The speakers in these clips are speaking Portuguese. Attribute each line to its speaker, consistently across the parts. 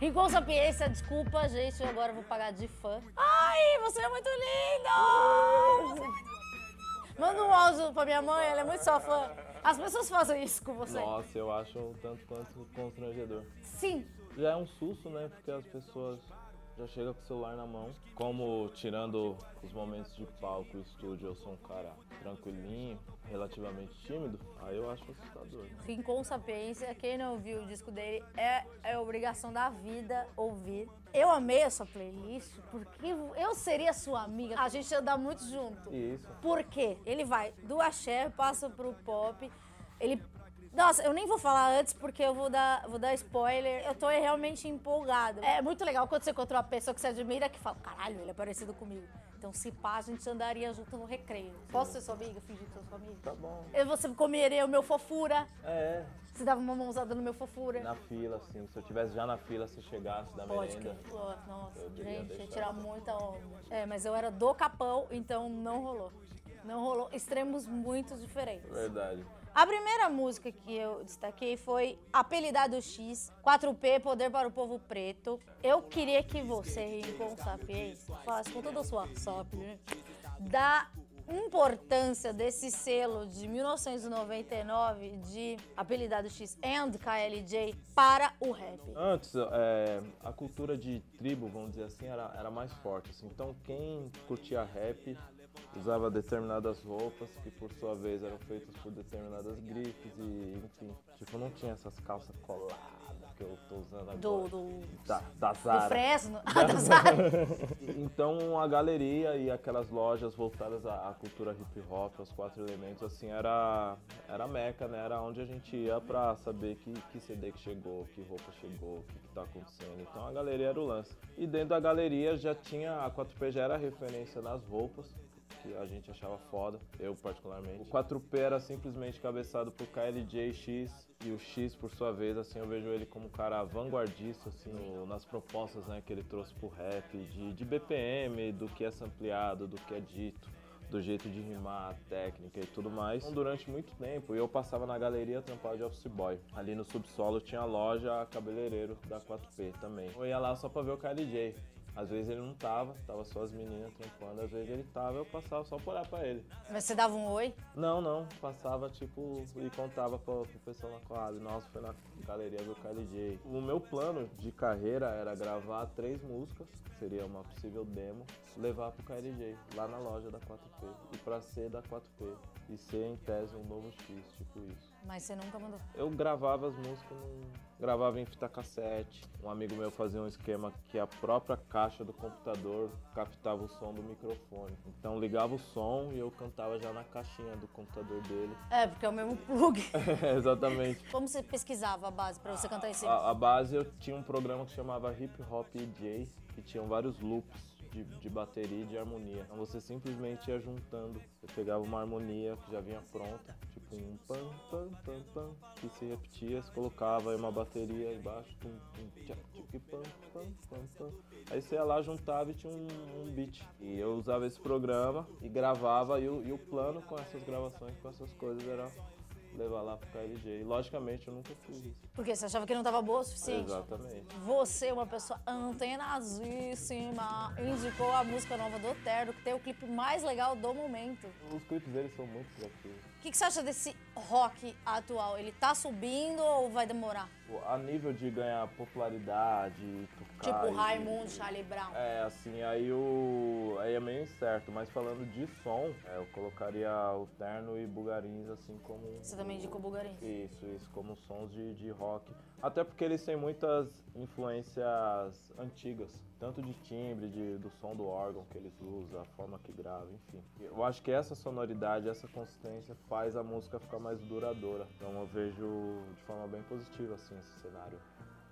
Speaker 1: E com sapiência, desculpa, gente, eu agora vou pagar de fã. Ai, você é muito lindo! Você é muito lindo! Manda um áudio pra minha mãe, ela é muito sua fã. As pessoas fazem isso com você.
Speaker 2: Nossa, eu acho um tanto quanto constrangedor.
Speaker 1: Sim.
Speaker 2: Já é um susto, né? Porque as pessoas já chegam com o celular na mão. Como tirando os momentos de palco e estúdio, eu sou um cara tranquilinho, relativamente tímido, aí eu acho assustador. Né?
Speaker 1: Sim, com sapiência, quem não ouviu o disco dele é, é obrigação da vida ouvir. Eu amei essa playlist porque eu seria sua amiga. A gente anda muito junto.
Speaker 2: Isso.
Speaker 1: Por quê? Ele vai do axé, passa pro pop, ele nossa, eu nem vou falar antes porque eu vou dar, vou dar spoiler. Eu tô realmente empolgada. É muito legal quando você encontra uma pessoa que você admira que fala: caralho, ele é parecido comigo. Então, se pá, a gente andaria junto no recreio. Posso ser sua amiga? Fingir que sou sua amiga?
Speaker 2: Tá bom.
Speaker 1: Eu, você comeria o meu fofura.
Speaker 2: É,
Speaker 1: Você dava uma mãozada no meu fofura.
Speaker 2: na fila, assim. Se eu tivesse já na fila, se chegasse da
Speaker 1: Pode
Speaker 2: merenda.
Speaker 1: crer. Ó, Nossa,
Speaker 2: Eu queria
Speaker 1: gente, ia
Speaker 2: deixar
Speaker 1: tirar muita onda. É, mas eu era do capão, então não rolou. Não rolou. Extremos muito diferentes.
Speaker 2: Verdade.
Speaker 1: A primeira música que eu destaquei foi Apelidado X, 4P, Poder para o Povo Preto. Eu queria que você, com sapiência, falasse com toda a sua sapiência da importância desse selo de 1999 de Apelidado X and KLJ para o rap.
Speaker 2: Antes, é, a cultura de tribo, vamos dizer assim, era, era mais forte. assim. Então, quem curtia rap usava determinadas roupas que, por sua vez, eram feitas por determinadas grifes e, enfim. Tipo, não tinha essas calças coladas que eu tô usando agora.
Speaker 1: Do, do,
Speaker 2: Da, da
Speaker 1: do
Speaker 2: Zara.
Speaker 1: Fresno, da Zara.
Speaker 2: Então a galeria e aquelas lojas voltadas à, à cultura hip hop, aos quatro elementos, assim, era, era a meca, né? Era onde a gente ia pra saber que, que CD que chegou, que roupa chegou, o que, que tá acontecendo. Então a galeria era o lance. E dentro da galeria já tinha, a 4P já era referência nas roupas. Que a gente achava foda, eu particularmente. O 4P era simplesmente cabeçado por KLJX e o X, por sua vez, assim, eu vejo ele como um cara vanguardista, assim, no- nas propostas né, que ele trouxe pro rap, de, de BPM, do que é sampleado, do que é dito, do jeito de rimar, técnica e tudo mais. Então, durante muito tempo, eu passava na galeria trampar de office boy. Ali no subsolo tinha a loja cabeleireiro da 4P também. Eu ia lá só pra ver o KLJ. Às vezes ele não tava, tava só as meninas trampando, às vezes ele tava, eu passava só por olhar pra ele.
Speaker 1: Mas você dava um oi?
Speaker 2: Não, não. Passava, tipo, e contava pro, pro pessoal na quadra. Nossa, foi na galeria do KLJ. O meu plano de carreira era gravar três músicas, seria uma possível demo, levar pro KLJ, lá na loja da 4P. E pra ser da 4P. E ser, em tese, um novo X, tipo isso.
Speaker 1: Mas você nunca mandou.
Speaker 2: Eu gravava as músicas, num... gravava em fita cassete. Um amigo meu fazia um esquema que a própria caixa do computador captava o som do microfone. Então ligava o som e eu cantava já na caixinha do computador dele.
Speaker 1: É, porque é o mesmo plug.
Speaker 2: É, Exatamente.
Speaker 1: Como você pesquisava a base pra você cantar esse?
Speaker 2: A, a base eu tinha um programa que chamava Hip Hop EJ, que tinham vários loops de, de bateria e de harmonia. Então você simplesmente ia juntando. Você pegava uma harmonia que já vinha pronta, tipo um pam, pam, pam, pam, que se repetia, você colocava aí uma bateria embaixo, tum, tum, tchac, tchic, pam, pam, pam, pam. Aí você ia lá, juntava e tinha um, um beat. E eu usava esse programa e gravava, e o, e o plano com essas gravações, com essas coisas, era levar lá pro KLJ. E logicamente eu nunca fiz isso.
Speaker 1: Porque você achava que não tava boa o suficiente.
Speaker 2: Exatamente.
Speaker 1: Você, é uma pessoa antenazíssima, indicou a música nova do Terno, que tem o clipe mais legal do momento.
Speaker 2: Os clipes deles são muito criativos.
Speaker 1: O que, que você acha desse rock atual? Ele tá subindo ou vai demorar?
Speaker 2: Pô, A nível de ganhar popularidade, e tocar.
Speaker 1: Tipo
Speaker 2: e-
Speaker 1: Raimundo, Charlie Brown.
Speaker 2: É, assim, aí o. Aí é meio incerto, mas falando de som, é, eu colocaria o terno e bugarins assim como.
Speaker 1: Você também indicou Bulgarin?
Speaker 2: Isso, isso, como sons de, de rock. Até porque eles têm muitas influências antigas, tanto de timbre, de, do som do órgão que eles usam, a forma que grava, enfim. Eu acho que essa sonoridade, essa consistência faz a música ficar mais duradoura. Então eu vejo de forma bem positiva, assim, esse cenário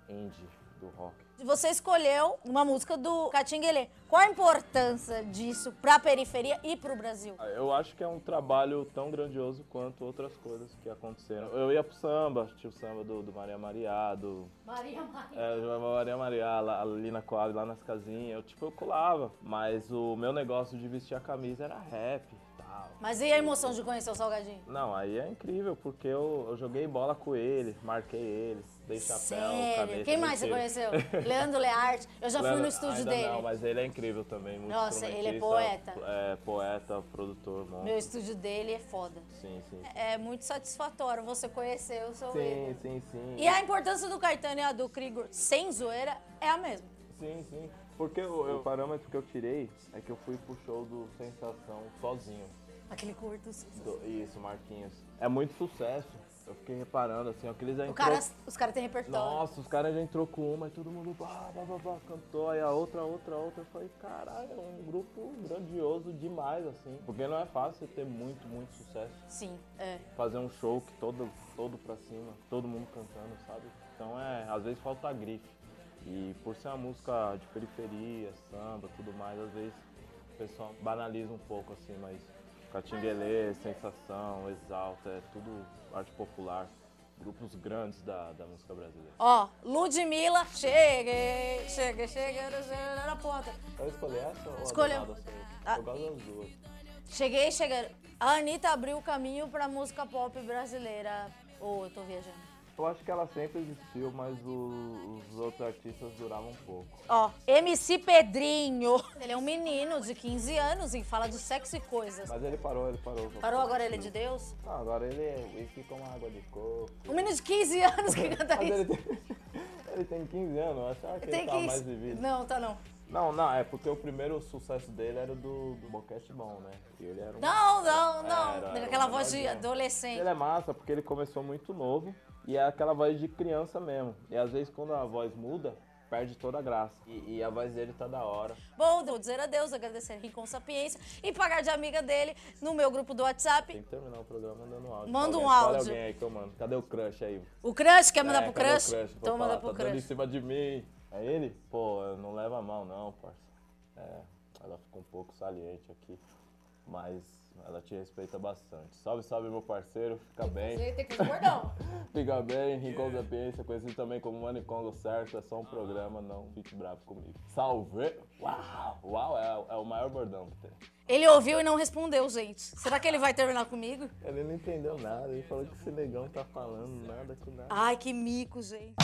Speaker 2: indie do rock.
Speaker 1: Você escolheu uma música do Catinguelê. Qual a importância disso pra periferia e pro Brasil?
Speaker 2: Eu acho que é um trabalho tão grandioso quanto outras coisas que aconteceram. Eu ia pro samba, tinha o samba do, do Maria Maria, do
Speaker 1: Maria Maria.
Speaker 2: É, eu jogava Maria Maria, lá, ali na Coab, lá nas casinhas, eu, tipo, eu colava. Mas o meu negócio de vestir a camisa era rap e tal.
Speaker 1: Mas e a emoção de conhecer o Salgadinho?
Speaker 2: Não, aí é incrível, porque eu, eu joguei bola com ele, marquei ele, Dei chapéu,
Speaker 1: Sério?
Speaker 2: caneta,
Speaker 1: Quem mais você
Speaker 2: mentira.
Speaker 1: conheceu? Leandro Learte. Eu já fui
Speaker 2: Leandro-
Speaker 1: no estúdio
Speaker 2: ainda
Speaker 1: dele.
Speaker 2: Não, mas ele é incrível também. Muito
Speaker 1: Nossa, ele é
Speaker 2: instrumentista,
Speaker 1: poeta.
Speaker 2: É, poeta, produtor, monstro.
Speaker 1: Meu estúdio dele é foda.
Speaker 2: Sim, sim.
Speaker 1: É muito satisfatório você conhecer o seu
Speaker 2: Sim,
Speaker 1: ídolo.
Speaker 2: sim, sim.
Speaker 1: E a importância do Caetano e a do Krigor, sem zoeira, é a mesma.
Speaker 2: Sim, sim. Porque o, o parâmetro que eu tirei é que eu fui pro show do Sensação sozinho.
Speaker 1: Aquele curto.
Speaker 2: Do- isso, Marquinhos. É muito sucesso. Eu fiquei reparando, assim, ó, que eles já
Speaker 1: O
Speaker 2: entrou-
Speaker 1: cara, os caras têm repertório.
Speaker 2: Nossa, os caras já entrou com uma e todo mundo blá, blá, blá, blá, cantou, aí a outra, outra, outra. Eu falei, caralho, é um grupo grandioso demais, assim. Porque não é fácil ter muito, muito sucesso.
Speaker 1: Sim, é.
Speaker 2: Fazer um show que todo, todo pra cima, todo mundo cantando, sabe? Então é, às vezes falta a grife. E por ser uma música de periferia, samba, tudo mais, às vezes o pessoal banaliza um pouco, assim, mas Catinguelê, Sensação, Exalta, é tudo arte popular. Grupos grandes da, da música brasileira.
Speaker 1: Ó, Ludmilla, cheguei, cheguei, cheguei na porta.
Speaker 2: Eu escolhi essa ou a
Speaker 1: Escolha-
Speaker 2: do Nada Sou Eu?
Speaker 1: Ah.
Speaker 2: Eu gosto das duas.
Speaker 1: Cheguei, cheguei. A Anitta abriu o caminho pra música pop brasileira. Ou eu tô viajando.
Speaker 2: Eu acho que ela sempre existiu, mas o- os outros artistas duravam um pouco.
Speaker 1: Ó, MC Pedrinho. Ele é um menino de 15 anos e fala de sexo e coisas.
Speaker 2: Mas ele parou, ele parou.
Speaker 1: Parou agora ele é de Deus?
Speaker 2: Não, agora ele, ele fica uma água de coco.
Speaker 1: Um menino de 15 anos que canta
Speaker 2: Mas ele
Speaker 1: É isso.
Speaker 2: tem, ele tem 15 anos, eu achava que ele
Speaker 1: Tem
Speaker 2: tava
Speaker 1: 15.
Speaker 2: mais vivido.
Speaker 1: Não, tá não.
Speaker 2: Não, não, é porque o primeiro sucesso dele era do, do Boquete Bom, né? E ele era um...
Speaker 1: Não, não, não.
Speaker 2: Era, era
Speaker 1: Aquela
Speaker 2: um
Speaker 1: voz de
Speaker 2: menorzinho.
Speaker 1: adolescente.
Speaker 2: Ele é massa porque ele começou muito novo e é aquela voz de criança mesmo. E às vezes quando a voz muda, perde toda a graça. E, e a voz dele tá da hora.
Speaker 1: Bom, devo dizer adeus, agradecer a Rim com sapiência e pagar de amiga dele no meu grupo do WhatsApp.
Speaker 2: Tem que terminar o programa mandando um áudio.
Speaker 1: Manda
Speaker 2: pra
Speaker 1: um
Speaker 2: alguém. Escolhe
Speaker 1: áudio.
Speaker 2: alguém aí que eu mando. Cadê o crush aí?
Speaker 1: O crush, quer mandar
Speaker 2: É,
Speaker 1: pro
Speaker 2: cadê o
Speaker 1: crush?
Speaker 2: Vou
Speaker 1: Então manda
Speaker 2: falar,
Speaker 1: pro
Speaker 2: tá dando em
Speaker 1: crush.
Speaker 2: cima de mim. É ele? Pô, eu não leva mal não, parça. É, ela ficou um pouco saliente aqui, mas ela te respeita bastante. Salve, salve, meu parceiro. Fica bem.
Speaker 1: Tem que ter cordão.
Speaker 2: Fica bem. Rincon da Piência, conhecido também como Mano Congo Certo. É só um programa, não fique bravo comigo. Salve! Uau! Uau é, é o maior bordão que tem.
Speaker 1: Ele ouviu e não respondeu, gente. Será que ele vai terminar comigo?
Speaker 2: Ele não entendeu nada. Ele falou que esse negão tá falando nada com nada.
Speaker 1: Ai, que mico, gente.